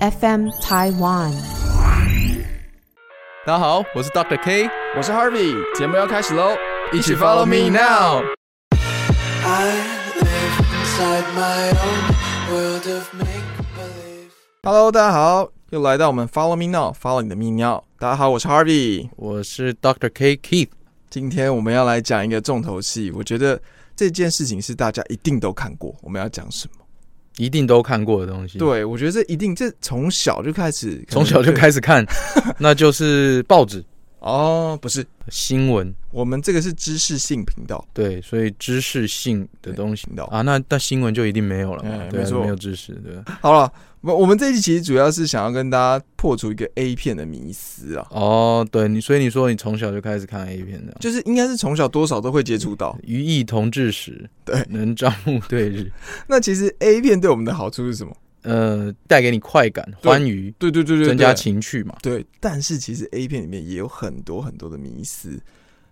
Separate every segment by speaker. Speaker 1: FM Taiwan。
Speaker 2: 大家好，我是 Doctor K，
Speaker 3: 我是 Harvey，节目要开始喽，
Speaker 2: 一起 Follow Me Now。
Speaker 4: I live inside my own world of make believe.
Speaker 3: Hello，大家好，又来到我们 Follow Me Now，Follow 你的泌尿。大家好，我是 Harvey，
Speaker 2: 我是 Doctor K Keith。
Speaker 3: 今天我们要来讲一个重头戏，我觉得这件事情是大家一定都看过。我们要讲什么？
Speaker 2: 一定都看过的东西，，
Speaker 3: 对，我觉得这一定，这从小就开始，
Speaker 2: 从小就
Speaker 3: 始
Speaker 2: 开始看， 那就是报纸、
Speaker 3: 哦，不是，
Speaker 2: 新闻，
Speaker 3: 我们这个是知识性频道
Speaker 2: 对，所以知识性的东西
Speaker 3: 频道。
Speaker 2: 啊，那那新闻就一定没有了嘛，
Speaker 3: 哎
Speaker 2: 对啊
Speaker 3: 没错
Speaker 2: 没有知识，对啊吧
Speaker 3: 好了，我我们这一期其实主要是想要跟大家破除一个 A 片的迷思啊，
Speaker 2: 哦，对你，所以你说你从小就开始看 A 片的，
Speaker 3: 就是应该是从小多少都会接触到。
Speaker 2: 于毅同志时，
Speaker 3: 对
Speaker 2: 能招募对日，
Speaker 3: 那其实 A 片对我们的好处是什么？
Speaker 2: 呃，带给你快感、
Speaker 3: 对
Speaker 2: 欢愉，
Speaker 3: 对对对对，
Speaker 2: 增加
Speaker 3: 对
Speaker 2: 情趣嘛。
Speaker 3: 对，但是其实 A 片里面也有很多很多的迷思，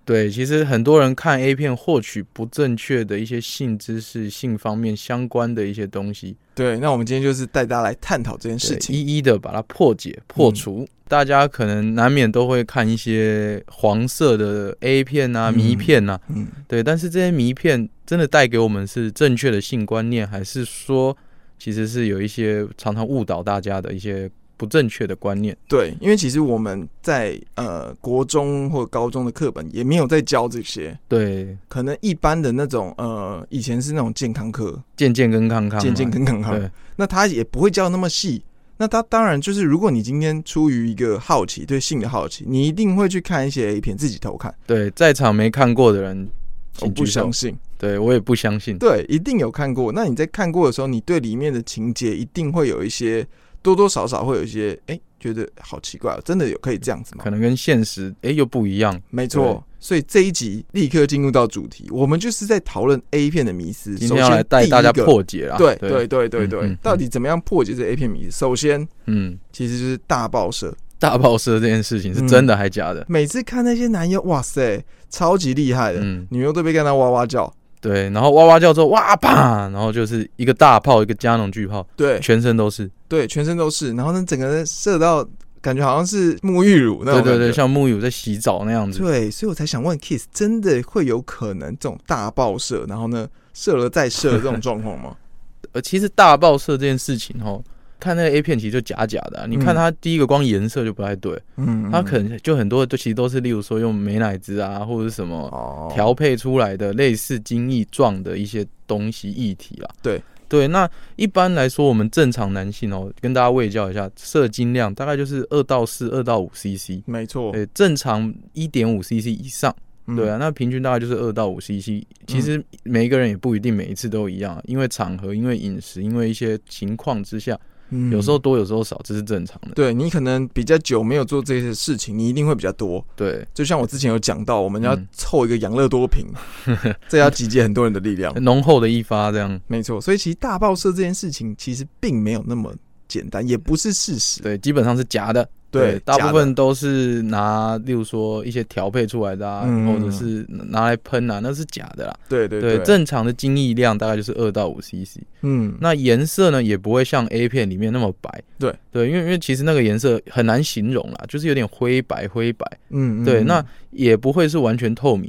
Speaker 2: 对，其实很多人看 A 片获取不正确的一些性知识、性方面相关的一些东西，
Speaker 3: 对，那我们今天就是带大家来探讨这件
Speaker 2: 对
Speaker 3: 事情。嗯
Speaker 2: 一一的把它破解、破除。大家可能难免都会看一些黄色的 A 片啊、
Speaker 3: 嗯
Speaker 2: 迷片啊，
Speaker 3: 嗯，
Speaker 2: 对，但是这些迷片真的带给我们是正确的性观念，还是说其实是有一些常常误导大家的一些不正确的观念？
Speaker 3: 对，因为其实我们在呃国中或高中的课本也没有在教这些，
Speaker 2: 对，
Speaker 3: 可能一般的那种呃以前是那种健康课，
Speaker 2: 健健跟康康嘛，
Speaker 3: 健健跟康
Speaker 2: 对
Speaker 3: 康，，那他也不会教那么细。那他当然就是，如果你今天出于一个好奇，对性的好奇，你一定会去看一些 A 片，自己偷看。
Speaker 2: 对，在场没看过的人，
Speaker 3: 我
Speaker 2: 请
Speaker 3: 不
Speaker 2: 举手
Speaker 3: 相。信，
Speaker 2: 对我也不相信。
Speaker 3: 对，一定有看过。那你在看过的时候，你对里面的情节一定会有一些多多少少会有一些，哎、觉得好奇怪、哦，真的有可以这样子吗
Speaker 2: 可？能跟现实哎、又不一样。
Speaker 3: 没
Speaker 2: 对
Speaker 3: 错，所以这一集立刻进入到主题，我们就是在讨论 A 片的迷思。
Speaker 2: 今天要来带大家破解啦。
Speaker 3: 首先第一个，对对对对对，
Speaker 2: 嗯嗯
Speaker 3: 到底怎么样破解这 A 片迷思？首先，
Speaker 2: 嗯，
Speaker 3: 其实就是大报社，
Speaker 2: 大爆射这件事情是
Speaker 3: 嗯
Speaker 2: 真的还假的？
Speaker 3: 每次看那些男优，哇塞，超级厉害的，
Speaker 2: 嗯，
Speaker 3: 女优都被干到哇哇叫。
Speaker 2: 对。然后哇哇叫之后哇啪，然后就是一个大炮，一个加农巨炮，
Speaker 3: 对
Speaker 2: 全身都是。
Speaker 3: 对，全身都是，然后呢，整个人射到感觉好像是沐浴乳
Speaker 2: 对
Speaker 3: 那种感觉。
Speaker 2: 对对，像木有在洗澡那样子。
Speaker 3: 对，所以我才想问，Kiss 真的会有可能这种大爆射，然后呢射了再射的这种状 况吗？
Speaker 2: 呃，其实大爆射这件事情哦。看那个 A 片其实就假假的啊、你看它第一个光颜色就不太对，
Speaker 3: 嗯
Speaker 2: 它可能就很多都其实都是例如说用美乃滋啊或者是什么
Speaker 3: 哦
Speaker 2: 调配出来的类似精液状的一些东西液体啦。
Speaker 3: 对
Speaker 2: 对，那一般来说，我们正常男性哦，跟大家卫教一下，射精量大概就是二到四、二到五 CC。
Speaker 3: 没错，
Speaker 2: 对，正常一点五 CC 以上，
Speaker 3: 哦嗯
Speaker 2: 对啊，，那平均大概就是二到五 CC。其实每一个人也不一定每一次都一样，啊因为场合、因为饮食、因为一些情况之下，
Speaker 3: 嗯
Speaker 2: 有时候多，有时候少，这是正常的。
Speaker 3: 对你可能比较久没有做这些事情，你一定会比较多。
Speaker 2: 对，
Speaker 3: 就像我之前有讲到，我们要
Speaker 2: 嗯
Speaker 3: 凑一个养乐多 瓶，这要集结很多人的力量。
Speaker 2: 浓厚的一发这样，
Speaker 3: 没错，所以其实大爆射这件事情其实并没有那么简单，也不是事实。
Speaker 2: 对，基本上是假的。
Speaker 3: 对，
Speaker 2: 大
Speaker 3: 假
Speaker 2: 部
Speaker 3: 的
Speaker 2: 分都是拿，例如说一些调配出来的啊，
Speaker 3: 嗯
Speaker 2: 或者是拿来喷啊，那是假的啦。
Speaker 3: 对对对，
Speaker 2: 正常的精液量大概就是二到五 CC。
Speaker 3: 嗯，
Speaker 2: 那颜色呢，也不会像 A 片里面那么白。
Speaker 3: 对
Speaker 2: 对，因为因为其实那个颜色很难形容啦，就是有点灰白灰白。
Speaker 3: 嗯嗯
Speaker 2: 对，
Speaker 3: 嗯
Speaker 2: 那也不会是完全透明。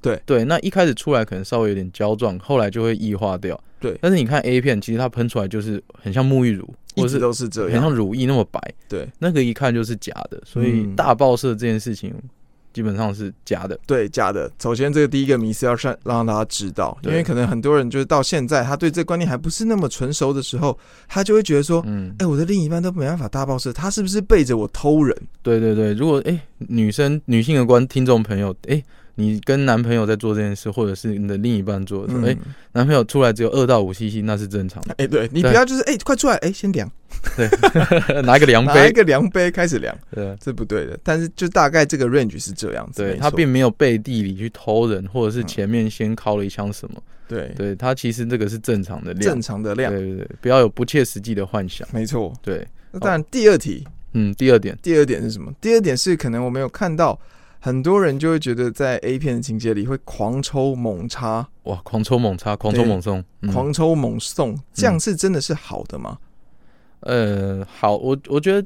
Speaker 3: 对
Speaker 2: 对，那一开始出来可能稍微有点胶状，后来就会液化掉。
Speaker 3: 对
Speaker 2: 但是你看 A 片，其实它喷出来就是很像沐浴乳，或
Speaker 3: 一
Speaker 2: 者
Speaker 3: 直
Speaker 2: 是
Speaker 3: 都是这
Speaker 2: 很
Speaker 3: 样。
Speaker 2: 像乳液那么白。
Speaker 3: 啊对
Speaker 2: 那个一看就是假的，所以
Speaker 3: 嗯
Speaker 2: 大爆射这件事情基本上是假的。
Speaker 3: 对，假的。首先，这个第一个迷思要让让大家知道，因
Speaker 2: 对
Speaker 3: 为可能很多人就是到现在，他对这观念还不是那么纯熟的时候，他就会觉得说，
Speaker 2: 嗯
Speaker 3: 哎、，我的另一半都没办法大爆射，他是不是背着我偷人？
Speaker 2: 对对对，如果哎、女生女性的观听众朋友，哎、你跟男朋友在做这件事，或者是你的另一半做的时候，哎、
Speaker 3: 哎
Speaker 2: 男朋友出来只有二到五 CC，那是正常的。
Speaker 3: 哎、对你不
Speaker 2: 对
Speaker 3: 要就是哎、快出来，哎、先量，
Speaker 2: 拿一个量
Speaker 3: 拿一
Speaker 2: 杯，
Speaker 3: 个量杯开始量，
Speaker 2: 对
Speaker 3: 这不对的。但是就大概这个 range 是这样子，
Speaker 2: 对，
Speaker 3: 没
Speaker 2: 他
Speaker 3: 错
Speaker 2: 并没有背地里去偷人，或者是
Speaker 3: 嗯
Speaker 2: 前面先敲了一枪什么，
Speaker 3: 对
Speaker 2: 对他其实这个是正常的量
Speaker 3: 正。常的
Speaker 2: 对
Speaker 3: 量，
Speaker 2: 对对，不要有不切实际的幻想。
Speaker 3: 没错。
Speaker 2: 对，
Speaker 3: 那当然，第二题，
Speaker 2: 嗯，第二点，
Speaker 3: 第二点是什么？第二点是可能我没有看到。很多人就会觉得，在 A 片的情节里会狂抽猛插，
Speaker 2: 哇，狂抽猛插，狂抽
Speaker 3: 对
Speaker 2: 猛送，嗯
Speaker 3: 狂抽猛送，这样是真的是好的吗？
Speaker 2: 呃，好，我我觉得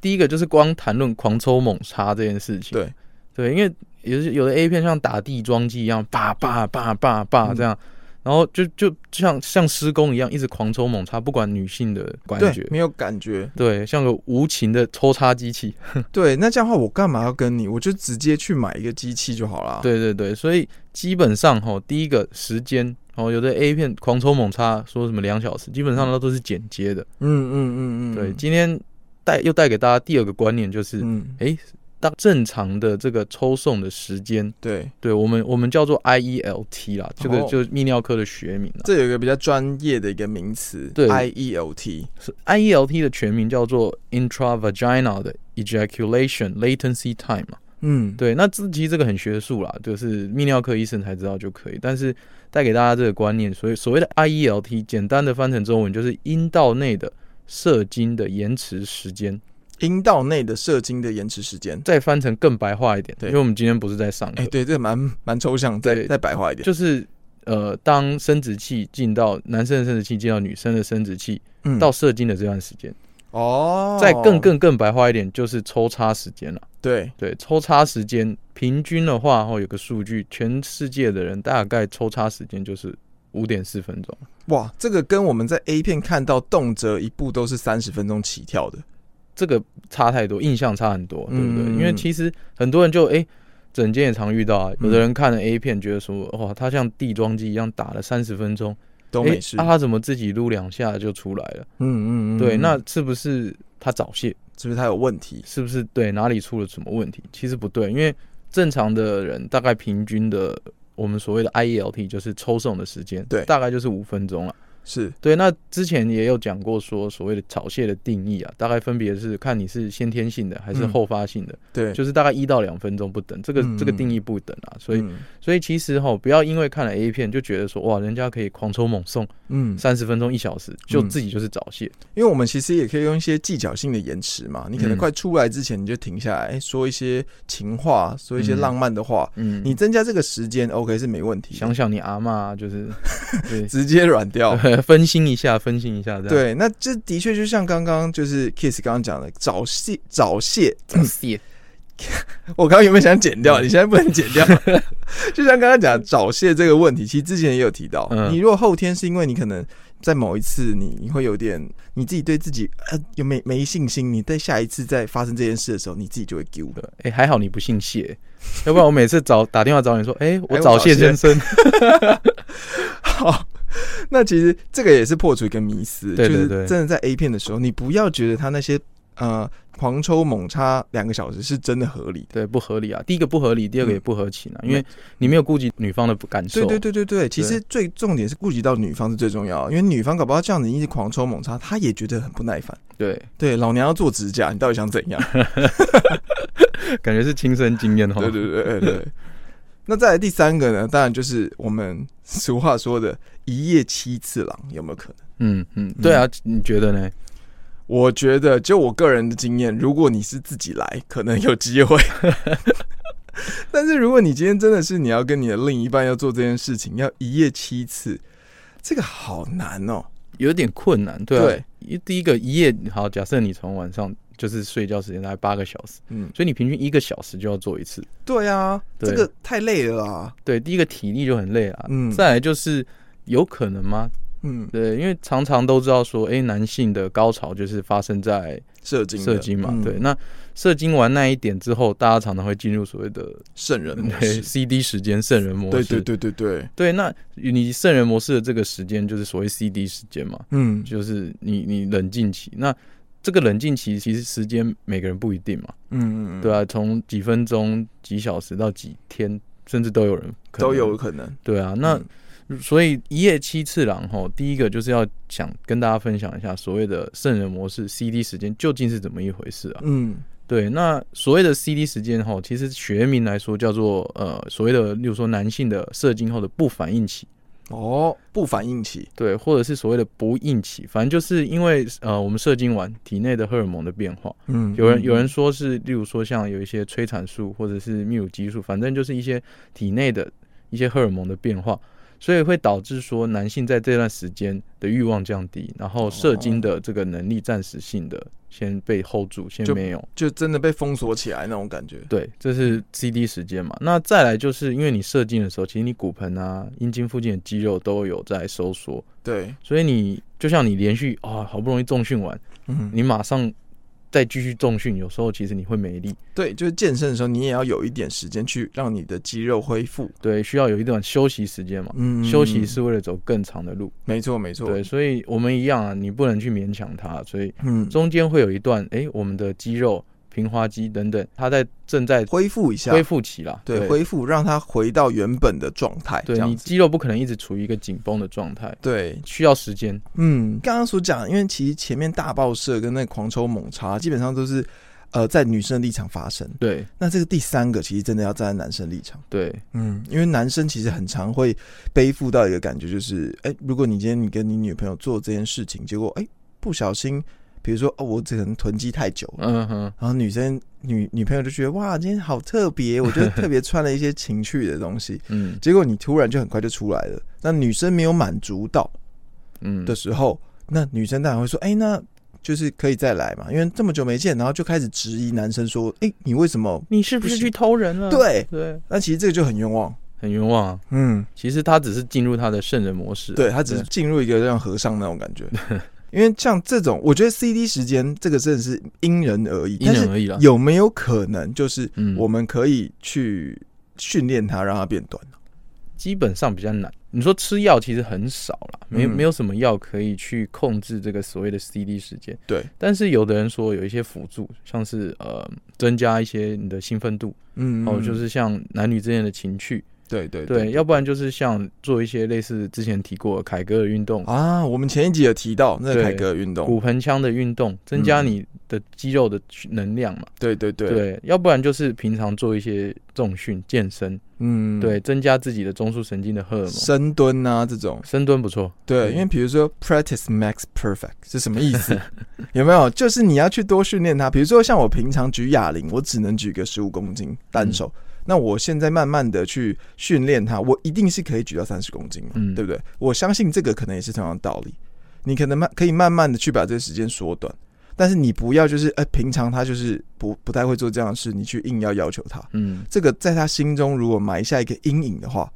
Speaker 2: 第一个就是光谈论狂抽猛插这件事情，
Speaker 3: 对
Speaker 2: 对，因为有些有的 A 片像打地桩机一样，叭叭叭叭叭
Speaker 3: 嗯
Speaker 2: 这样，然后就就就像像施工一样，一直狂抽猛插，不管女性的感
Speaker 3: 对
Speaker 2: 觉，，
Speaker 3: 没有感 觉。
Speaker 2: 对，像个无情的抽插机器，
Speaker 3: 对，那这样的话我干嘛要跟你？我就直接去买一个机器就好了。，
Speaker 2: 对对对，所以基本上哈，第一个时间哦，有的 A 片狂抽猛插，说什么两小时，基本上它都是剪接的。
Speaker 3: 嗯嗯嗯嗯，
Speaker 2: 对，今天带又带给大家第二个观念就是，
Speaker 3: 嗯，
Speaker 2: 当正常的这个抽送的时间，
Speaker 3: 对，
Speaker 2: 对我们我们叫做 IELT 啦，这个
Speaker 3: 哦
Speaker 2: 就是泌尿科的学名啦。
Speaker 3: 这有一个比较专业的一个名词，
Speaker 2: 对
Speaker 3: ，I E L T，
Speaker 2: 是 IELT E 的全名叫做 intravaginal 的 ejaculation latency time 嘛。
Speaker 3: 嗯，
Speaker 2: 对，那这其实这个很学术啦，就是泌尿科医生才知道就可以，但是带给大家这个观念，所以所谓的 IELT，简单的翻成中文就是阴道内的射精的延迟时间，
Speaker 3: 阴道内的射精的延迟时间。
Speaker 2: 再翻成更白话一点，
Speaker 3: 对
Speaker 2: 因为我们今天不是在上课，
Speaker 3: 哎、对，这个蛮蛮抽象，
Speaker 2: 嗯
Speaker 3: 再
Speaker 2: 对
Speaker 3: 再白话一点，
Speaker 2: 就是呃，当生殖器进到男生的生殖器进到女生的生殖器，
Speaker 3: 嗯
Speaker 2: 到射精的这段时间，
Speaker 3: 哦，
Speaker 2: 再更更更白话一点，就是抽插时间了。
Speaker 3: 对，
Speaker 2: 对，抽插时间平均的话，哦，有个数据，全世界的人大概抽插时间就是五点四分钟。
Speaker 3: 哇，这个跟我们在 A 片看到动辄一部都是三十分钟起跳的，
Speaker 2: 这个差太多，印象差很多，对不对？
Speaker 3: 嗯
Speaker 2: 因为其实很多人就哎、整间也常遇到啊，
Speaker 3: 嗯
Speaker 2: 有的人看了 A 片，觉得说哇，他像地桩机一样打了三十分钟，
Speaker 3: 都
Speaker 2: 哎
Speaker 3: 没事。
Speaker 2: 啊他怎么自己撸两下就出来了？
Speaker 3: 嗯嗯嗯，
Speaker 2: 对，
Speaker 3: 嗯
Speaker 2: 那是不是他早泄？
Speaker 3: 是不是它有问题？
Speaker 2: 是不是对哪里出了什么问题？其实不对，因为正常的人大概平均的。我们所谓的 IELT 就是抽送的时间，
Speaker 3: 对
Speaker 2: 大概就是五分钟了。
Speaker 3: 是
Speaker 2: 对，那之前也有讲过说所谓的早泄的定义啊，大概分别是看你是先天性的还是
Speaker 3: 嗯
Speaker 2: 后发性的。
Speaker 3: 对，
Speaker 2: 就是大概一到两分钟不等，这个
Speaker 3: 嗯
Speaker 2: 这个定义不等啊，所以
Speaker 3: 嗯
Speaker 2: 所以其实哈，不要因为看了 A 片就觉得说哇，人家可以狂抽猛送
Speaker 3: 嗯，
Speaker 2: 三十分钟一小时，就自己就是早泄，
Speaker 3: 因为我们其实也可以用一些技巧性的延迟嘛，你可能
Speaker 2: 嗯
Speaker 3: 快出来之前你就停下来，哎说一些情话，说一些
Speaker 2: 嗯
Speaker 3: 浪漫的话，
Speaker 2: 嗯，
Speaker 3: 你增加这个时间，OK 是没问题的，
Speaker 2: 想想你阿嬷啊就是 对
Speaker 3: 直接软掉。
Speaker 2: 分心一下，分心一下这样，嗯
Speaker 3: 对，那这的确就像刚刚就是 Kiss 刚刚讲的，早泄早泄，
Speaker 2: 早泄，
Speaker 3: 我刚刚原本想剪掉，
Speaker 2: 嗯
Speaker 3: 你现在不能剪 掉。就像刚刚讲早泄这个问题，其实之前也有提到，
Speaker 2: 嗯
Speaker 3: 你如果后天是因为你可能在某一次你你会有点你自己对自己呃有没没信心，你在下一次再发生这件事的时候，你自己就会丢。
Speaker 2: 对，哎、还好你不姓谢， 要不然我每次找打电话找你说，哎、
Speaker 3: 哎
Speaker 2: 我
Speaker 3: 我
Speaker 2: 早
Speaker 3: 早
Speaker 2: 泄
Speaker 3: 泄
Speaker 2: 先生，
Speaker 3: 好， 那其实这个也是破除一个迷思，
Speaker 2: 对对
Speaker 3: 就
Speaker 2: 对
Speaker 3: 是真的在 A 片的时候，你不要觉得他那些呃狂抽猛插两个小时是真的合理的。
Speaker 2: 对，不合理啊，第一个不合理，第二个
Speaker 3: 嗯
Speaker 2: 也不合情啊，因为你没有顾及女方的感受，
Speaker 3: 对对对对对，其实最重点是顾及到女方是最重要的，因为女方搞不好这样子一直狂抽猛插，她也觉得很不耐烦。
Speaker 2: 对
Speaker 3: 对，老娘要做指甲，你到底想怎样？
Speaker 2: 感觉是亲身经验哈，
Speaker 3: 对对对对对。那再来第三个呢？当然就是我们俗话说的“一夜七次郎”，有没有可能？
Speaker 2: 嗯嗯，对啊，你觉得呢？
Speaker 3: 我觉得，就我个人的经验，如果你是自己来，可能有机会。 但是如果你今天真的是你要跟你的另一半要做这件事情，要一夜七次，这个好难哦。
Speaker 2: 有点困难，对、啊，
Speaker 3: 对
Speaker 2: 一第一个一夜好，假设你从晚上就是睡觉时间大概八个小时，
Speaker 3: 嗯，
Speaker 2: 所以你平均一个小时就要做一次，
Speaker 3: 对啊，
Speaker 2: 对
Speaker 3: 这个太累了啊。
Speaker 2: 对，第一个体力就很累啊，
Speaker 3: 嗯
Speaker 2: 再来就是有可能吗？
Speaker 3: 嗯，
Speaker 2: 对，因为常常都知道说，哎、男性的高潮就是发生在
Speaker 3: 射精的，
Speaker 2: 射精嘛，
Speaker 3: 嗯
Speaker 2: 对，那射精完那一点之后，大家常常会进入所 谓的
Speaker 3: 圣人模
Speaker 2: 对
Speaker 3: 式，
Speaker 2: CD 时间圣人模
Speaker 3: 嗯 对
Speaker 2: 式，
Speaker 3: 对对对对，
Speaker 2: 对，那你圣人模式的这个时间就是所谓 CD 时间嘛，
Speaker 3: 嗯，
Speaker 2: 就是你你冷静期。那这个冷静期其实时间每个人不一定嘛，
Speaker 3: 嗯嗯，嗯
Speaker 2: 对，啊，从几分钟、几小时到几天，甚至都有人可能
Speaker 3: 都有可能。
Speaker 2: 对啊。那、
Speaker 3: 嗯
Speaker 2: 所以一夜七次郎吼，第一个就是要想跟大家分享一下所谓的圣人模式 CD 时间究竟是怎么一回事啊？
Speaker 3: 嗯，
Speaker 2: 对，那所谓的 CD 时间吼，其实学名来说叫做呃所谓的，例如说男性的射精后的不反应期。
Speaker 3: 哦，不反应期，
Speaker 2: 对，或者是所谓的不应期，反正就是因为呃，我们射精完体内的荷尔蒙的变化，
Speaker 3: 嗯
Speaker 2: 有人有人说是，例如说像有一些催产素或者是泌乳激素，反正就是一些体内的一些荷尔蒙的变化，所以会导致说男性在这段时间的欲望降低，然后射精的这个能力暂时性的先被 hold 住，先没有。
Speaker 3: 就真的被封锁起来那种感觉。
Speaker 2: 对，这是 CD 时间嘛。那再来就是因为你射精的时候，其实你骨盆啊、阴茎附近的肌肉都有在收缩，
Speaker 3: 对，
Speaker 2: 所以你就像你连续啊、好不容易重训完，
Speaker 3: 嗯，
Speaker 2: 你马上再继续重训，有时候其实你会没力，
Speaker 3: 对，就是健身的时候，你也要有一点时间去让你的肌肉恢复。
Speaker 2: 对，需要有一段休息时间嘛。
Speaker 3: 嗯
Speaker 2: 休息是为了走更长的路，
Speaker 3: 没错，没错。
Speaker 2: 对，所以我们一样啊，你不能去勉强它，所以
Speaker 3: 嗯，
Speaker 2: 中间会有一段，哎、我们的肌肉、平滑肌等等，它在正在
Speaker 3: 恢复一下，
Speaker 2: 恢复期啦，
Speaker 3: 对，
Speaker 2: 对，
Speaker 3: 恢复让它回到原本的状态，这
Speaker 2: 对
Speaker 3: 样
Speaker 2: 你
Speaker 3: 子。
Speaker 2: 肌肉不可能一直处于一个紧绷的状态，
Speaker 3: 对，
Speaker 2: 需要时间，
Speaker 3: 嗯，刚刚所讲，因为其实前面大爆射跟那个狂抽猛插，基本上都是呃在女生的立场发生。
Speaker 2: 对
Speaker 3: 那这个第三个，其实真的要站在男生立场。
Speaker 2: 对
Speaker 3: 嗯，因为男生其实很常会背负到一个感觉，就是哎、如果你今天你跟你女朋友做这件事情，结果哎、不小心，比如说哦，我可能囤积太久了，
Speaker 2: 嗯哼，
Speaker 3: 然后女生女女朋友就觉得哇，今天好特别，我就特别穿了一些情趣的东西。
Speaker 2: 嗯
Speaker 3: 结果你突然就很快就出来了，那女生没有满足到
Speaker 2: 嗯，
Speaker 3: 的时候，那女生当然会说，哎、那就是可以再来嘛，因为这么久没见，然后就开始质疑男生说，哎、你为什么？
Speaker 2: 你是不
Speaker 3: 不
Speaker 2: 是
Speaker 3: 行
Speaker 2: 去偷人了？
Speaker 3: 对，
Speaker 2: 对，
Speaker 3: 那其实这个就很冤枉。
Speaker 2: 很冤枉、啊。
Speaker 3: 嗯，
Speaker 2: 其实他只是进入他的圣人模式啊、
Speaker 3: 对他只是进入一个像和尚那种感觉。因为像这种，我觉得 CD 时间这个真的是因人而异，
Speaker 2: 因人而异啦
Speaker 3: 但是。有没有可能就是
Speaker 2: 嗯
Speaker 3: 我们可以去训练它，让它变短？
Speaker 2: 基本上比较难。你说吃药其实很少啦，没、
Speaker 3: 嗯
Speaker 2: 没有什么药可以去控制这个所谓的 CD 时间。
Speaker 3: 对，
Speaker 2: 但是有的人说有一些辅助，像是呃增加一些你的兴奋度，
Speaker 3: 嗯
Speaker 2: 哦，就是像男女之间的情趣，
Speaker 3: 对对
Speaker 2: 对，要不然就是像做一些类似之前提过的凯格尔运动、
Speaker 3: 啊，我们前一集有提到那个
Speaker 2: 对
Speaker 3: 凯格尔运动，
Speaker 2: 骨盆腔的运动，增加你的肌肉的能量嘛。
Speaker 3: 对对嗯对，
Speaker 2: 对，要不然就是平常做一些重训、健身，
Speaker 3: 嗯，
Speaker 2: 对，增加自己的中枢神经的荷尔蒙。
Speaker 3: 深蹲啊这种，
Speaker 2: 深蹲不错，
Speaker 3: 对，
Speaker 2: 嗯
Speaker 3: 因为比如说 practice makes perfect 是什么意 思？有没有？就是你要去多训练它。比如说像我平常举哑铃，我只能举个十五公斤单手。
Speaker 2: 嗯
Speaker 3: 那我现在慢慢的去训练它，我一定是可以举到三十公斤嘛，
Speaker 2: 嗯
Speaker 3: 对不对？我相信这个可能也是同样的道理。你可能慢可以慢慢的去把这个时间缩短，但是你不要就是呃，平常他就是不不太会做这样的事，你去硬要要求他，
Speaker 2: 嗯，
Speaker 3: 这个在他心中如果埋下一个阴影的话，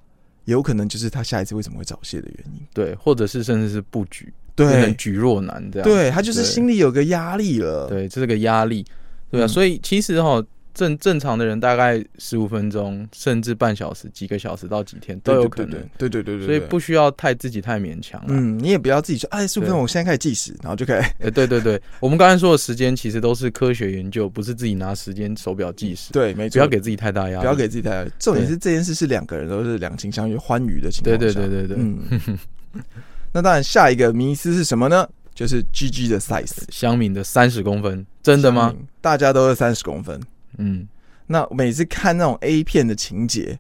Speaker 3: 有可能就是他下一次为什么会早泄的原因。
Speaker 2: 对，或者是甚至是布局，变成
Speaker 3: 对，
Speaker 2: 举弱男这样。
Speaker 3: 对他就是
Speaker 2: 对
Speaker 3: 心里有个压力了。，
Speaker 2: 对，这个压力，对啊，
Speaker 3: 嗯
Speaker 2: 所以其实哈，正正常的人大概十五分钟，甚至半小时、几个小时到几天都有可能，
Speaker 3: 对对对对对对
Speaker 2: 所以不需要太自己太勉强了。
Speaker 3: 嗯，你也不要自己说，哎，十五分
Speaker 2: 对
Speaker 3: 钟，我现在开始计时，然后就开始。
Speaker 2: 呃，对对对，我们刚才说的时间其实都是科学研究，不是自己拿时间手表计时，
Speaker 3: 对，没错，
Speaker 2: 不要给自己太大压力。
Speaker 3: 嗯不要给自己太大压力。重点是这件事是两个人都是两情相悦、欢愉的情
Speaker 2: 对
Speaker 3: 况下。
Speaker 2: 对对对对，
Speaker 3: 嗯。那当然，下一个迷思是什么呢？就是 GG 的 size，
Speaker 2: 香敏的三十公分，真的吗？？
Speaker 3: 大家都是三十公分。
Speaker 2: 嗯，
Speaker 3: 那每次看那种 A 片的情节，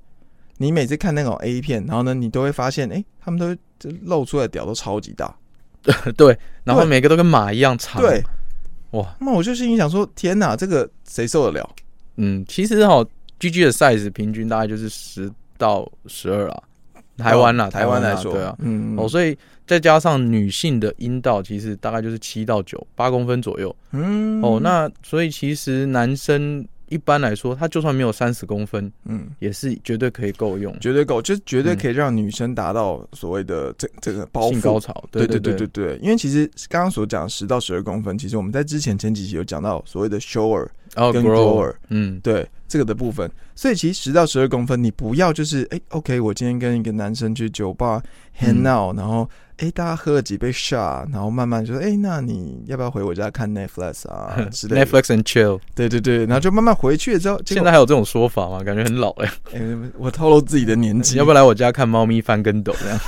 Speaker 3: 你每次看那种 A 片，然后呢，你都会发现，哎、他们都这露出来的屌都超级大。
Speaker 2: 对，然后
Speaker 3: 对
Speaker 2: 每个都跟马一样长。
Speaker 3: 对，
Speaker 2: 哇，
Speaker 3: 那我就心里想说，天哪，这个谁受得了？
Speaker 2: 嗯，其实哈，G G 的 size 平均大概就是十到十二啊，台湾啦，
Speaker 3: 哦台湾
Speaker 2: 啦
Speaker 3: 来说，
Speaker 2: 对啊，
Speaker 3: 嗯，
Speaker 2: 哦，所以再加上女性的阴道，其实大概就是七到九八公分左右。
Speaker 3: 嗯
Speaker 2: 哦，那所以其实男生一般来说，他就算没有三十公分，
Speaker 3: 嗯，
Speaker 2: 也是绝对可以够用
Speaker 3: 绝对够，就是绝对可以让女生达到所谓的这这个包
Speaker 2: 嗯性高
Speaker 3: 覆。
Speaker 2: 潮。
Speaker 3: 对
Speaker 2: 对
Speaker 3: 对
Speaker 2: 对，
Speaker 3: 对，因为其实刚刚所讲十到十二公分，其实我们在之前前几集有讲到所谓的 shower
Speaker 2: 然后
Speaker 3: 跟
Speaker 2: 哦 grow，
Speaker 3: grower，
Speaker 2: 嗯，
Speaker 3: 对这个的部分，所以其实十到十二公分，你不要就是哎、o k 我今天跟一个男生去酒吧 hang
Speaker 2: 嗯
Speaker 3: out，、然后哎、大家喝了几杯 shot，然后慢慢就说哎、那你要不要回我家看 Netflix 啊之类的？
Speaker 2: Netflix and chill，
Speaker 3: 对对对，然后就慢慢回去了之后，结
Speaker 2: 现
Speaker 3: 果
Speaker 2: 在还有这种说法吗？感觉很老哎，
Speaker 3: 哎、我透露自己的年纪，
Speaker 2: 要不要来我家看猫咪翻跟斗这样？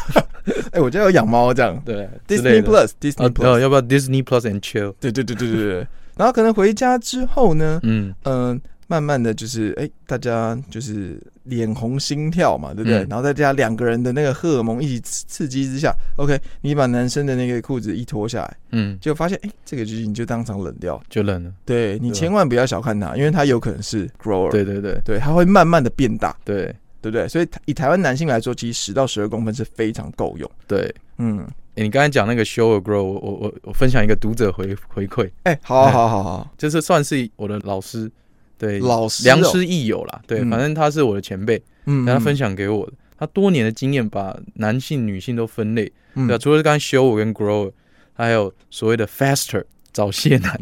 Speaker 3: 哎、我家有养猫这样
Speaker 2: 对之类的
Speaker 3: ，Disney Plus
Speaker 2: 啊
Speaker 3: Disney
Speaker 2: 哦，
Speaker 3: Plus，
Speaker 2: 要不要 Disney Plus and chill？
Speaker 3: 对对对对对对。然后可能回家之后 呢，
Speaker 2: 嗯，
Speaker 3: 嗯、慢慢的就是哎、大家就是脸红心跳嘛，对不对？
Speaker 2: 嗯
Speaker 3: 然后再加两个人的那个荷尔蒙一起刺刺激之下，OK，你把男生的那个裤子一脱下来，
Speaker 2: 嗯，
Speaker 3: 就发现哎、这个就是你就当场冷掉。
Speaker 2: 就冷了。
Speaker 3: 对
Speaker 2: 对
Speaker 3: 你
Speaker 2: 啊
Speaker 3: 千万不要小看它，因为它有可能是 grower，
Speaker 2: 对对对
Speaker 3: 对，它会慢慢的变大。
Speaker 2: 对，
Speaker 3: 对不对？所以以台湾男性来说，其实十到十二公分是非常够用。
Speaker 2: 对，
Speaker 3: 嗯，
Speaker 2: 诶你刚才讲那个 show or grow，我我我我分享一个读者回回馈，
Speaker 3: 哎、好好好好，
Speaker 2: 就是算是我的老师，对，
Speaker 3: 老师、哦
Speaker 2: 良，师益友啦，对，
Speaker 3: 嗯
Speaker 2: 反正他是我的前辈，
Speaker 3: 嗯
Speaker 2: 然后他分享给我的，他多年的经验把男性、女性都分类，
Speaker 3: 嗯
Speaker 2: 对、啊，除了刚才 show 跟 grow，还有所谓的 faster 早泄男，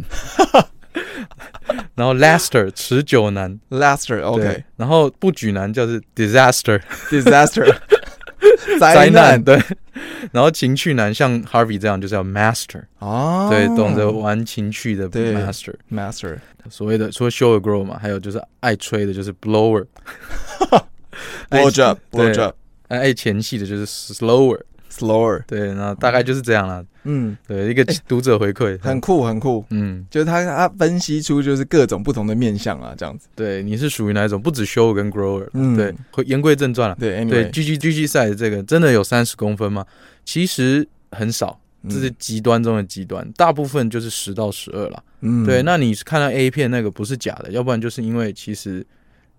Speaker 2: 然后 laster 持久男
Speaker 3: Laster
Speaker 2: 对
Speaker 3: OK
Speaker 2: 然后不举男就是 disaster
Speaker 3: disaster
Speaker 2: 灾
Speaker 3: 灾难
Speaker 2: 对， 然后情趣男像 Harvey 这样就叫 master，、
Speaker 3: 哦，
Speaker 2: 对，懂得玩情趣的
Speaker 3: 对
Speaker 2: master，
Speaker 3: Master
Speaker 2: 所谓的除了 show 和 grow 嘛，还有就是爱吹的就是 blower，爱
Speaker 3: blow job
Speaker 2: 对
Speaker 3: blow job
Speaker 2: 爱前戏的就是 slower，
Speaker 3: slower，
Speaker 2: 对，那大概就是这样啦，
Speaker 3: 嗯，
Speaker 2: 对，一个读者回馈，
Speaker 3: 很酷很酷，
Speaker 2: 嗯，
Speaker 3: 就是他他分析出就是各种不同的面相啊，这样子，
Speaker 2: 对，你是属于哪一种？不止 show 跟 grower，、
Speaker 3: 嗯
Speaker 2: 对，回言归正传了。对
Speaker 3: 对 anyway，
Speaker 2: G G G G 赛这个真的有三十公分吗？其实很少，
Speaker 3: 嗯
Speaker 2: 这是极端中的极端，大部分就是十到十二啦。
Speaker 3: 嗯
Speaker 2: 对，那你看到 A 片那个不是假的，要不然就是因为其实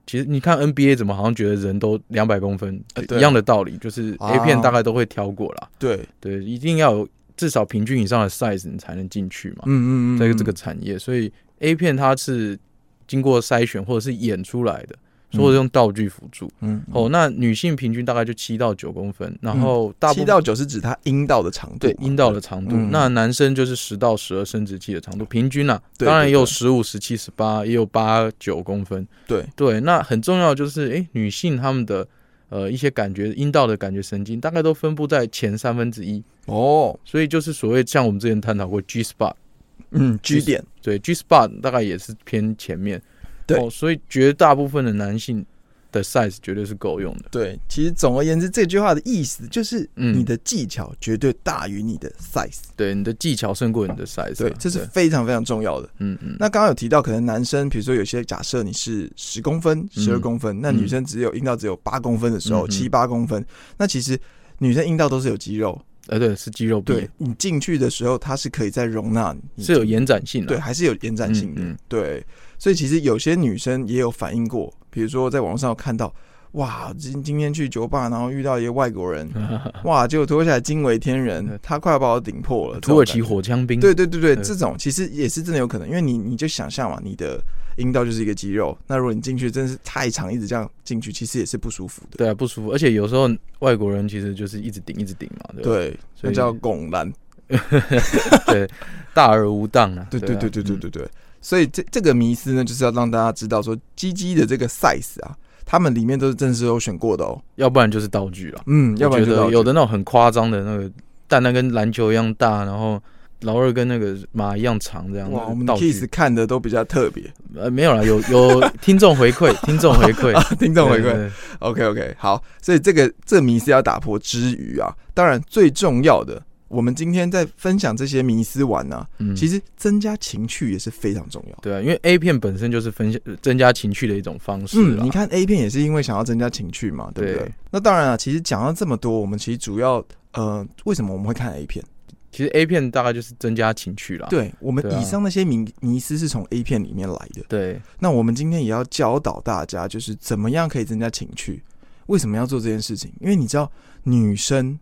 Speaker 2: 其实你看 NBA 怎么好像觉得人都两百公分、
Speaker 3: 呃对
Speaker 2: 一样的道理，就是 A
Speaker 3: 啊
Speaker 2: 片大概都会挑过啦。
Speaker 3: 对，
Speaker 2: 对，一定要有至少平均以上的 size 你才能进去嘛。
Speaker 3: 嗯嗯嗯，
Speaker 2: 在这个产业，所以 A 片它是经过筛选或者是演出来的，所以我用道具辅助。
Speaker 3: 嗯，
Speaker 2: 哦，那女性平均大概就七到九公分，然后大部
Speaker 3: 七
Speaker 2: 分
Speaker 3: 到九是指他阴道的长度
Speaker 2: 对
Speaker 3: 嘛，
Speaker 2: 阴道的长度，
Speaker 3: 嗯
Speaker 2: 那男生就是十到十二生殖器的长度，平均啊，
Speaker 3: 对
Speaker 2: 当然
Speaker 3: 对
Speaker 2: 也有
Speaker 3: 对
Speaker 2: 十五、十七、十八，也有八九公分。
Speaker 3: 对，
Speaker 2: 对，那很重要的就是，诶，女性她们的呃一些感觉阴道的感觉神经大概都分布在前三分之一，
Speaker 3: 哦，
Speaker 2: 所以就是所谓像我们之前探讨过 G spot。
Speaker 3: 嗯，G
Speaker 2: 就是
Speaker 3: 点，
Speaker 2: 对 G spot 大概也是偏前面，
Speaker 3: 对
Speaker 2: 哦，所以绝大部分的男性的 size 绝对是够用的，
Speaker 3: 对，其实总而言之，这句话的意思就是，
Speaker 2: 嗯
Speaker 3: 你的技巧绝对大于你的 size，、
Speaker 2: 对，你的技巧胜过你的 size，啊、
Speaker 3: 对，这是非常非常重要的。
Speaker 2: 嗯嗯，
Speaker 3: 那刚刚有提到，可能男生，比如说有些假设你是十公分、十二公分，那女生只有阴道只有八公分的时候，
Speaker 2: 嗯嗯嗯
Speaker 3: 七八公分，那其实女生阴道都是有肌肉，
Speaker 2: 呃对，是肌肉壁，
Speaker 3: 对你进去的时候，它是可以再容纳你，
Speaker 2: 是有延展性的、
Speaker 3: 对，
Speaker 2: 啊，
Speaker 3: 还是有延展性的，
Speaker 2: 嗯嗯
Speaker 3: 对，所以其实有些女生也有反映过，比如说在网络上有看到。哇，今今天去酒吧，然后遇到一个外 国人，哇，结果脱下来惊为天人
Speaker 2: 嗯，
Speaker 3: 他快要把我顶破了。
Speaker 2: 土耳其
Speaker 3: 这种感觉
Speaker 2: 火枪兵，
Speaker 3: 对对对
Speaker 2: 嗯
Speaker 3: 对，
Speaker 2: 对
Speaker 3: 这种其实也是真的有可能，因为你你就想象嘛，你的阴道就是一个肌肉，那如果你进去真是太长，一直这样进去，其实也是不舒服的。
Speaker 2: 对啊，不舒服，而且有时候外国人其实就是一直顶一直顶嘛，对吧
Speaker 3: 对，
Speaker 2: 所
Speaker 3: 那
Speaker 2: 以
Speaker 3: 叫拱栏。
Speaker 2: 大而无当啊，
Speaker 3: 对
Speaker 2: 对
Speaker 3: 对
Speaker 2: 啊
Speaker 3: 对对对，
Speaker 2: 嗯
Speaker 3: 对对。所以这这个迷思呢，就是要让大家知道说，鸡鸡的这个 size 啊，他们里面都是真是有选过的哦。
Speaker 2: 要不然就是道具了，
Speaker 3: 嗯，要不然
Speaker 2: 我
Speaker 3: 就
Speaker 2: 觉
Speaker 3: 到
Speaker 2: 得有的那种很夸张的那个蛋蛋跟篮球一样大，然后老二跟那个马一样长这样，
Speaker 3: 哇，
Speaker 2: 那
Speaker 3: 我
Speaker 2: 个
Speaker 3: 们
Speaker 2: 道具
Speaker 3: kiss 看的都比较特别，
Speaker 2: 呃，没有啦，有有听众回馈，听众回 馈，
Speaker 3: 啊听懂回
Speaker 2: 对
Speaker 3: 馈。
Speaker 2: 对
Speaker 3: OK OK，好，所以这个这迷思要打破之余啊，当然最重要的，我们今天在分享这些迷思完呢、
Speaker 2: 嗯，
Speaker 3: 其
Speaker 2: 实
Speaker 3: 实增加情趣也是非常重要的。
Speaker 2: 对啊，因为 A 片本身就是分享增加情趣的一种方式啦
Speaker 3: 嗯，你看 A 片也是因为想要增加情趣嘛，对不对？
Speaker 2: 啊对
Speaker 3: 那当然啊，其实讲到这么多，我们其实主要呃，为什么我们会看 A 片？
Speaker 2: 其实 A 片大概就是增加情趣啦。
Speaker 3: 对我们
Speaker 2: 对啊
Speaker 3: 以上那些迷迷思是从 A 片里面来的。
Speaker 2: 对，
Speaker 3: 那我们今天也要教导大家，就是怎么样可以增加情趣？为什么要做这件事情？因为你知道，女生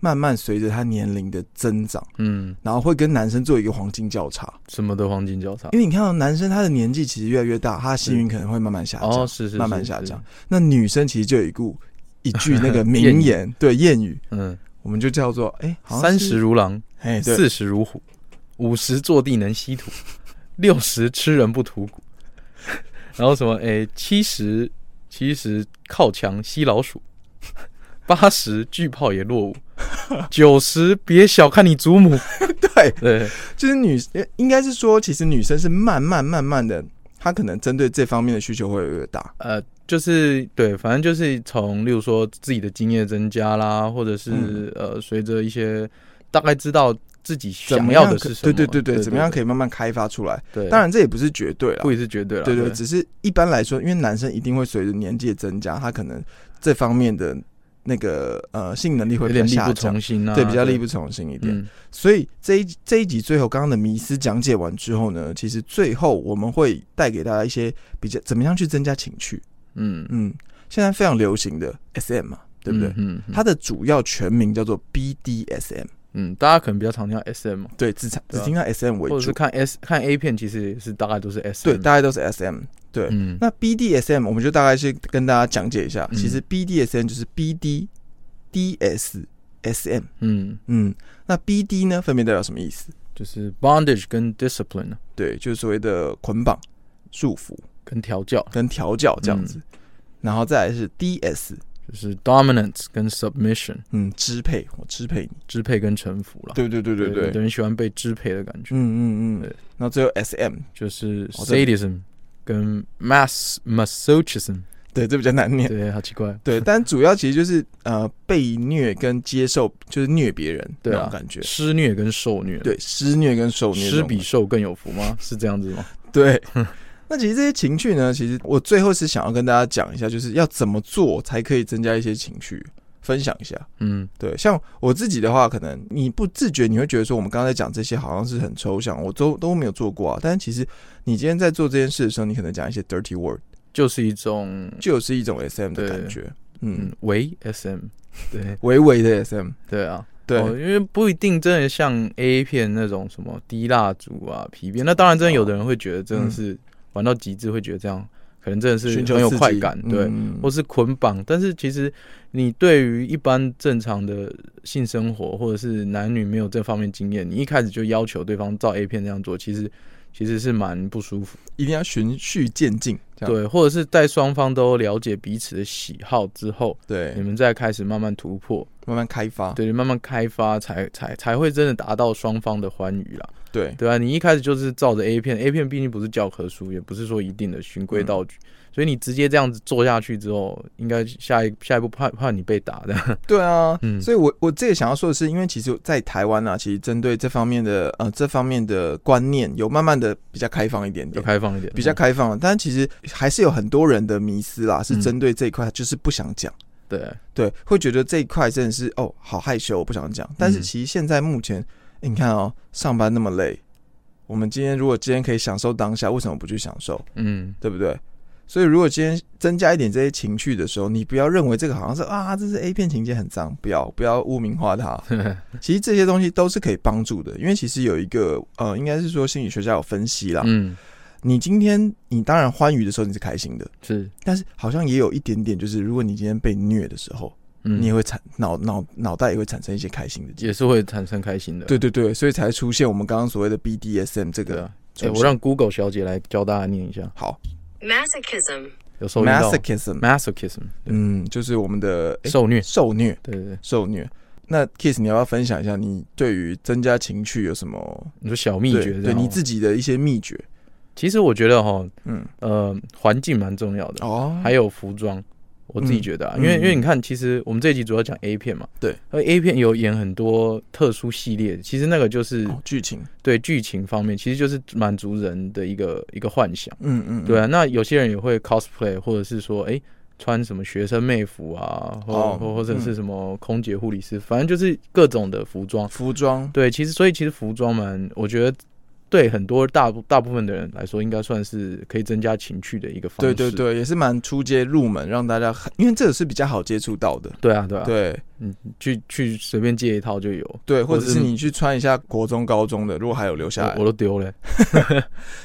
Speaker 3: 慢慢随着她年龄的增长，
Speaker 2: 嗯，
Speaker 3: 然后会跟男生做一个黄金交叉。
Speaker 2: 什么的黄金交叉
Speaker 3: 因为你看到男生他的年纪其实越来越大，他的幸运可能会慢慢下降。
Speaker 2: 哦，是是是
Speaker 3: 慢慢下，
Speaker 2: 是
Speaker 3: 降那女生其实就有一股一句 那个名言，对谚语，
Speaker 2: 嗯，
Speaker 3: 我们就叫做哎，好像
Speaker 2: 三
Speaker 3: 是
Speaker 2: 十如狼，
Speaker 3: 哎，对，
Speaker 2: 四十如虎，五十坐地能吸土， 六十吃人不吐骨， 然后什么诶，七十七十靠墙吸老鼠， 八十巨炮也落 伍，九十别小看你祖母，
Speaker 3: 对，
Speaker 2: 对
Speaker 3: 就是女，应该是说，其实女生是慢慢慢慢的，她可能针对这方面的需求会越来越大。
Speaker 2: 呃，就是对，反正就是从，例如说自己的经验增加啦，或者是、
Speaker 3: 嗯
Speaker 2: 呃，随着一些大概知道自己
Speaker 3: 怎
Speaker 2: 想
Speaker 3: 么
Speaker 2: 要
Speaker 3: 样
Speaker 2: 的
Speaker 3: 可
Speaker 2: 是什
Speaker 3: 对
Speaker 2: 么，
Speaker 3: 对对对，怎么样可
Speaker 2: 以？
Speaker 3: 以慢慢开发出来？
Speaker 2: 对，
Speaker 3: 当然这也不是绝对啦
Speaker 2: 不，一是绝对了，
Speaker 3: 对对，只是一般来说，因为男生一定会随着年纪的增加，他可能这方面的那个呃性能力会
Speaker 2: 有
Speaker 3: 比较
Speaker 2: 点力
Speaker 3: 下
Speaker 2: 不
Speaker 3: 降
Speaker 2: 从，心啊，
Speaker 3: 对，比较力不从心一点。
Speaker 2: 嗯
Speaker 3: 所以这一这一集最后刚刚的迷思讲解完之后呢，其实最后我们会带给大家一些比较怎么样去增加情趣，
Speaker 2: 嗯，
Speaker 3: 嗯，现在非常流行的 SM 嘛，对不对？
Speaker 2: 嗯嗯
Speaker 3: 它的主要全名叫做 BDSM，
Speaker 2: 嗯，大家可能比较常听到 SM 嘛，
Speaker 3: 对，只只
Speaker 2: 对啊
Speaker 3: 听到 SM 为
Speaker 2: 或者
Speaker 3: 主
Speaker 2: 是，看 S 看 A 片，其实也是大概都是 SM。
Speaker 3: 对，大概都是 SM。对，
Speaker 2: 嗯
Speaker 3: 那 BDSM 我们就大概先跟大家讲解一下，
Speaker 2: 嗯
Speaker 3: 其实 BDSM 就是 BD、DS、SM。
Speaker 2: 嗯，
Speaker 3: 嗯，那 BD 呢，分别代表什么意思？
Speaker 2: 就是 bondage 跟 discipline 啊
Speaker 3: 对，就是所谓的捆绑、束缚
Speaker 2: 跟调教，
Speaker 3: 跟调教这样子。然后再来是 DS，
Speaker 2: 就是 dominance 跟 submission
Speaker 3: 嗯，支配，我支配你。
Speaker 2: 支配跟臣服啦。
Speaker 3: 哦对对对对对。
Speaker 2: 有的人喜欢被支配的感觉，
Speaker 3: 嗯嗯嗯
Speaker 2: 对。
Speaker 3: 那最后 SM，
Speaker 2: 就是
Speaker 3: 哦这
Speaker 2: sadism 跟 mass masochism。
Speaker 3: 对，这比较难念。
Speaker 2: 对，好奇怪。
Speaker 3: 对，但主要其实就是呃被虐跟接受，就是虐别人
Speaker 2: 对啊
Speaker 3: 那种感觉。
Speaker 2: 施虐跟受虐，，
Speaker 3: 对，施虐跟受虐
Speaker 2: 施
Speaker 3: 这种感觉。
Speaker 2: 比受更有福吗？是这样子吗？
Speaker 3: 对， 那其实这些情绪呢，其实我最后是想要跟大家讲一下，就是要怎么做才可以增加一些情绪，分享一下。
Speaker 2: 嗯
Speaker 3: 对，像我自己的话，可能你不自觉，你会觉得说我们刚才讲这些好像是很抽象，我都都没有做过啊。但其实你今天在做这件事的时候，你可能讲一些 dirty word，
Speaker 2: 就是一种
Speaker 3: 就是一种 SM
Speaker 2: 对
Speaker 3: 的感觉，嗯
Speaker 2: 嗯，，为 SM，对
Speaker 3: 微微的 SM，
Speaker 2: 对啊，
Speaker 3: 对、
Speaker 2: 哦，因为不一定真的像 A 片那种什么滴蜡烛啊、皮鞭，那当然真的有的人会觉得真的是玩到极致，会觉得这样可能真的是
Speaker 3: 嗯寻求
Speaker 2: 很有
Speaker 3: 刺激
Speaker 2: 快感，对，
Speaker 3: 嗯
Speaker 2: 或是捆绑。但是其实你对于一般正常的性生活，或者是男女没有这方面经验，你一开始就要求对方照 A 片那样做，其实其实是蛮不舒服。
Speaker 3: 一定要循序渐进，这样
Speaker 2: 对，或者是在双方都了解彼此的喜好之后，
Speaker 3: 对
Speaker 2: 你们再开始慢慢突破，
Speaker 3: 慢慢开发，
Speaker 2: 嗯对，慢慢开发才才才会真的达到双方的欢愉啦。
Speaker 3: 对
Speaker 2: 对啊，你一开始就是照着 A 片，A 片毕竟不是教科书，也不是说一定的循
Speaker 3: 嗯
Speaker 2: 规蹈矩，所以你直接这样子做下去之后，应该下一下一步怕怕你被打的。
Speaker 3: 对啊，
Speaker 2: 嗯
Speaker 3: 所以我我这也想要说的是，因为其实，在台湾啊，其实针对这方面的呃这方面的观念，有慢慢的比较开放一点
Speaker 2: 要
Speaker 3: 点，
Speaker 2: 开放一点，嗯
Speaker 3: 比较开放，但其实还是有很多人的迷思啦，是针对这一块就是不想讲，
Speaker 2: 对，
Speaker 3: 对，会觉得这一块真的是哦好害羞，我不想讲。但是其实现在目前，诶你看哦，上班那么累，我们今天如果今天可以享受当下，为什么不去享受？
Speaker 2: 嗯，
Speaker 3: 对不对？所以如果今天增加一点这些情绪的时候，你不要认为这个好像是啊，这是 A 片情节很脏，不要不要污名化它。其实这些东西都是可以帮助的，因为其实有一个呃，应该是说心理学家有分析啦。
Speaker 2: 嗯，
Speaker 3: 你今天你当然欢愉的时候你是开心的，
Speaker 2: 是，
Speaker 3: 但是好像也有一点点，就是如果你今天被虐的时候，
Speaker 2: 嗯，
Speaker 3: 你也会产脑脑脑袋也会产生一些开心的结。
Speaker 2: 也是会产生开心的。
Speaker 3: 对对对，所以才出现我们刚刚所谓的 BDSM 这
Speaker 2: 对
Speaker 3: 个
Speaker 2: 啊，哎、
Speaker 3: 出现。
Speaker 2: 我让 Google 小姐来教大家念一下，
Speaker 3: 好
Speaker 1: masochism,
Speaker 2: 有收音到
Speaker 3: masochism，
Speaker 2: masochism，对
Speaker 3: 嗯，就是我们的、诶
Speaker 2: 受虐，
Speaker 3: 受虐。
Speaker 2: 对对对，
Speaker 3: 受虐。那 Kiss，你要不要分享一下你对于增加情趣有什么
Speaker 2: 你说小秘
Speaker 3: 对
Speaker 2: 诀这
Speaker 3: 对
Speaker 2: 样哦
Speaker 3: 你自己的一些秘诀？
Speaker 2: 其实我觉得哈，
Speaker 3: 嗯，
Speaker 2: 呃，环境蛮重要的，
Speaker 3: 哦
Speaker 2: 还有服装，我自己觉得啊，
Speaker 3: 嗯
Speaker 2: 因为
Speaker 3: 嗯
Speaker 2: 因为你看，其实我们这一集主要讲 A 片嘛，
Speaker 3: 对，
Speaker 2: 而 A 片有演很多特殊系列，其实那个就是、
Speaker 3: 哦剧情，
Speaker 2: 对剧情方面，其实就是满足人的一个一个幻想，
Speaker 3: 嗯嗯，
Speaker 2: 对啊，那有些人也会 cosplay，或者是说，哎、穿什么学生妹服啊，或、
Speaker 3: 哦
Speaker 2: 或或者
Speaker 3: 嗯
Speaker 2: 是什么空姐、护理师，反正就是各种的服装。
Speaker 3: 服装，
Speaker 2: 对，其实所以其实服装蛮，我觉得对很多大部大部分的人来说，应该算是可以增加情趣的一个方
Speaker 3: 对
Speaker 2: 式。
Speaker 3: 对对，也是蛮出街入门，让大家很，因为这个是比较好接触到的，
Speaker 2: 对啊对啊，
Speaker 3: 对
Speaker 2: 去去随便借一套就有，
Speaker 3: 对，或
Speaker 2: 或
Speaker 3: 者
Speaker 2: 是
Speaker 3: 是你去穿一下国中、高中的，如果还有留下
Speaker 2: 我
Speaker 3: 来
Speaker 2: 我。都丢了。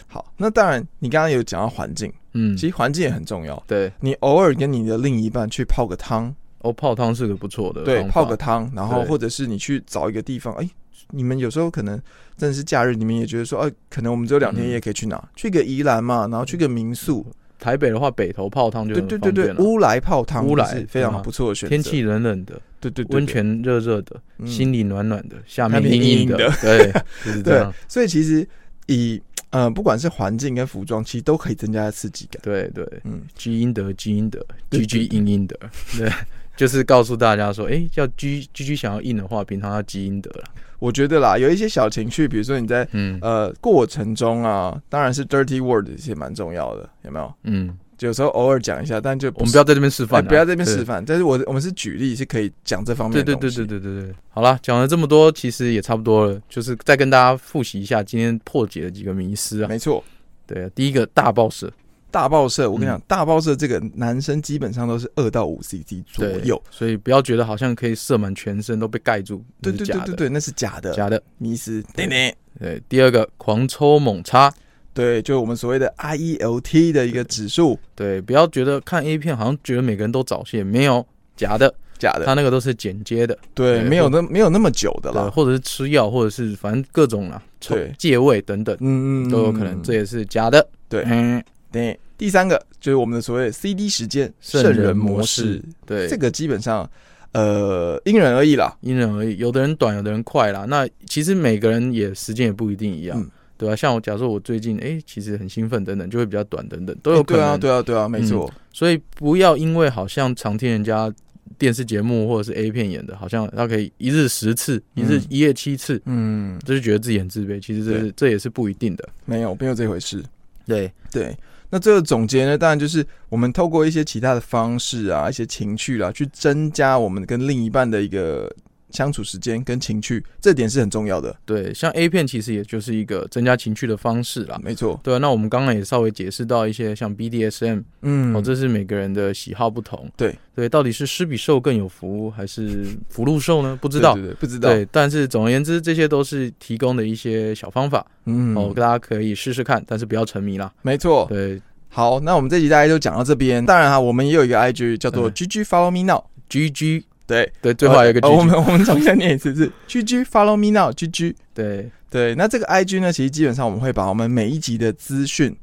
Speaker 3: 好，那当然，你刚刚有讲到环境，
Speaker 2: 嗯，
Speaker 3: 其实环境也很重要。
Speaker 2: 对，
Speaker 3: 你偶尔跟你的另一半去泡个汤，
Speaker 2: 哦，泡汤是个不错的
Speaker 3: 对，
Speaker 2: 方法
Speaker 3: 泡个汤，然后
Speaker 2: 对
Speaker 3: 或者是你去找一个地方，哎、你们有时候可能真的是假日，你们也觉得说，哎、可能我们只有两天
Speaker 2: 嗯
Speaker 3: 夜可以去哪？去个宜兰嘛，然后去个民宿，
Speaker 2: 台北的话，北投泡汤就
Speaker 3: 对
Speaker 2: 很
Speaker 3: 对
Speaker 2: 方
Speaker 3: 对
Speaker 2: 便
Speaker 3: 对，
Speaker 2: 了。
Speaker 3: 乌来泡汤
Speaker 2: 乌来
Speaker 3: 是非常
Speaker 2: 嗯
Speaker 3: 好不错的选择。
Speaker 2: 天气冷冷的，
Speaker 3: 对对对对
Speaker 2: 温泉热热的，
Speaker 3: 嗯
Speaker 2: 心里暖暖的，下面
Speaker 3: 下面
Speaker 2: 硬
Speaker 3: 硬硬
Speaker 2: 的
Speaker 3: 的，
Speaker 2: 对， 就是这
Speaker 3: 对
Speaker 2: 样。，
Speaker 3: 所以其实以呃不管是环境跟服装，其实都可以增加刺激感。
Speaker 2: 对对，
Speaker 3: 嗯，
Speaker 2: 居英德，居英德，
Speaker 3: 对
Speaker 2: 居居
Speaker 3: 对对
Speaker 2: 硬硬的，对，就是告诉大家说，哎、要居居居想要硬的话，平常要基因德了。
Speaker 3: 我觉得啦，有一些小情绪，比如说你在
Speaker 2: 嗯
Speaker 3: 呃过程中啊，当然是 dirty word 也蛮重要的，有没有？
Speaker 2: 嗯，
Speaker 3: 有时候偶尔讲一下，但就
Speaker 2: 我们
Speaker 3: 是
Speaker 2: 不要在这边示
Speaker 3: 哎
Speaker 2: 范、啊
Speaker 3: 不要在这边示范。但是我我们是举例，是可以讲这方面
Speaker 2: 对。
Speaker 3: 的
Speaker 2: 对
Speaker 3: 东
Speaker 2: 对
Speaker 3: 西
Speaker 2: 对对对对对，好啦，讲了这么多，其实也差不多了，就是再跟大家复习一下今天破解的几个迷思啊。
Speaker 3: 没错。
Speaker 2: 对，第一个大报社，
Speaker 3: 大报社，我跟你讲，
Speaker 2: 嗯
Speaker 3: 大报社这个男生基本上都是二到五 cc 左
Speaker 2: 对
Speaker 3: 右。，
Speaker 2: 所以不要觉得好像可以射满全身都被盖住，
Speaker 3: 对
Speaker 2: 那
Speaker 3: 对
Speaker 2: 是
Speaker 3: 对
Speaker 2: 假
Speaker 3: 对
Speaker 2: 的，
Speaker 3: 对，那是假的，
Speaker 2: 假的。
Speaker 3: 迷失。对对
Speaker 2: 对，第二个狂抽猛插，
Speaker 3: 对，就是我们所谓的 IELT 的一个指数，
Speaker 2: 对，不要觉得看 A 片好像觉得每个人都早泄，没有假的，
Speaker 3: 假
Speaker 2: 他
Speaker 3: 的。
Speaker 2: 那个都是剪接的，
Speaker 3: 对，
Speaker 2: 对
Speaker 3: 没
Speaker 2: 或
Speaker 3: 有那没有那么久的
Speaker 2: 对，
Speaker 3: 啦。
Speaker 2: 或者是吃药，或者是反正各种啦，抽
Speaker 3: 对
Speaker 2: 借位等等
Speaker 3: 嗯
Speaker 2: 都有可能，这也是假的。
Speaker 3: 对
Speaker 2: 嗯，
Speaker 3: 对。第三个就是我们的所谓的 CD 时间
Speaker 2: 圣
Speaker 3: 圣
Speaker 2: 人
Speaker 3: 人
Speaker 2: 模
Speaker 3: 模
Speaker 2: 式
Speaker 3: 式，
Speaker 2: 对，
Speaker 3: 这个基本上呃因人而异啦。
Speaker 2: 因人而异，有的人短，有的人快啦。那其实每个人也时间也不一定一样，
Speaker 3: 嗯
Speaker 2: 对吧、啊像我，假如说我最近哎、诶其实很兴奋等等，就会比较短等等，都有
Speaker 3: 诶
Speaker 2: 可能。
Speaker 3: 对啊，对啊，对啊，没
Speaker 2: 嗯
Speaker 3: 错。
Speaker 2: 所以不要因为好像常听人家电视节目或者是 A 片演的，好像他可以一日十次，一日
Speaker 3: 嗯
Speaker 2: 一夜七次，
Speaker 3: 嗯，
Speaker 2: 就是觉得自己很自卑。其实这是这也是不一定的。
Speaker 3: 没有，没有这回事。
Speaker 2: 对，
Speaker 3: 对，那这个总结呢，当然就是我们透过一些其他的方式啊，一些情趣啦、去增加我们跟另一半的一个相处时间跟情趣，这点是很重要的。
Speaker 2: 对，像 A 片其实也就是一个增加情趣的方式啦。
Speaker 3: 没错，
Speaker 2: 对啊，那我们刚刚也稍微解释到一些像 BDSM，、
Speaker 3: 嗯
Speaker 2: 哦，这是每个人的喜好不同。
Speaker 3: 对
Speaker 2: 对，到底是施比受更有福，还是福禄寿呢？不知道。
Speaker 3: 对对对不知道，
Speaker 2: 对，但是总而言之，这些都是提供的一些小方法、
Speaker 3: 嗯，哦
Speaker 2: 哦，大家可以试试看，但是不要沉迷啦。
Speaker 3: 没错。
Speaker 2: 对
Speaker 3: 好，那我们这集大家就讲到这边。当然哈、我们也有一个 IG 叫做
Speaker 2: 嗯
Speaker 3: GG Follow Me Now，
Speaker 2: ，G G，
Speaker 3: 对，
Speaker 2: 对，最后还有一个 G
Speaker 3: 呃我
Speaker 2: G，、
Speaker 3: 们 我们重新再念一次是 GG Follow Me Now，GG。
Speaker 2: 对
Speaker 3: 对，那这个 IG 呢，其实基本上我们会把我们每一集的资讯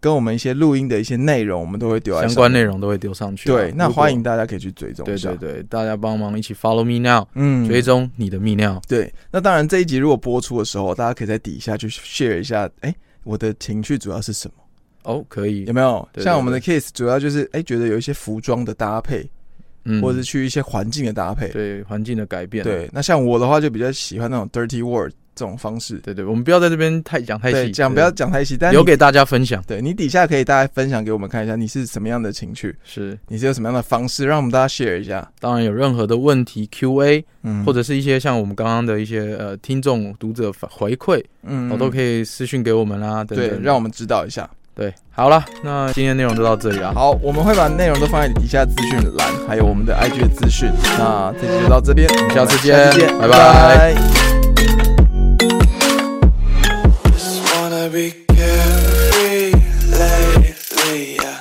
Speaker 3: 跟我们一些录音的一些内容，我们都会丢在
Speaker 2: 相
Speaker 3: 上
Speaker 2: 关
Speaker 3: 面
Speaker 2: 内容都会丢上去啊。
Speaker 3: 对，那
Speaker 2: 如果
Speaker 3: 欢迎。大家可以去追踪
Speaker 2: 对
Speaker 3: 一下。
Speaker 2: 对对，大家帮忙一起 follow me now，、
Speaker 3: 啊嗯
Speaker 2: 追。踪你的泌尿。
Speaker 3: 对，那当然这一集如果播出的时候，大家可以在底下去 share 一下，哎、我的情绪主要是什么？
Speaker 2: 哦，可以
Speaker 3: 有，没有
Speaker 2: 对对
Speaker 3: 像我们的 case 主要就是哎、觉得有一些服装的搭配，
Speaker 2: 嗯
Speaker 3: 或者是去一些环境的搭配。
Speaker 2: 对环境的改变。
Speaker 3: 对，那像我的话就比较喜欢那种 dirty word 这种方式。
Speaker 2: 对对，我们不要在这边太讲太
Speaker 3: 对，
Speaker 2: 细，
Speaker 3: 讲
Speaker 2: 对
Speaker 3: 不要讲太细，但
Speaker 2: 留
Speaker 3: 你
Speaker 2: 给大家分享。
Speaker 3: 对你底下可以大家分享给我们看一下，你是什么样的情绪，
Speaker 2: 是，
Speaker 3: 你是有什么样的方式，让我们大家 share 一下。
Speaker 2: 当然有任何的问题 Q&A，
Speaker 3: 嗯
Speaker 2: 或者是一些像我们刚刚的一些呃听众读者反回馈，哦
Speaker 3: 嗯
Speaker 2: 我、都可
Speaker 3: 以。
Speaker 2: 以私讯给我们啦，等等
Speaker 3: 对，让我们知道一下。
Speaker 2: 对，好啦，那今天内容就到这里啦，，啊
Speaker 3: 好，我们会把内容都放在底下资讯栏，还有我们的 IG 的资讯。那这期就到这边，我们
Speaker 2: 下次
Speaker 3: 下次
Speaker 2: 见
Speaker 3: 见，
Speaker 2: 拜拜
Speaker 3: 拜拜
Speaker 4: Just wanna be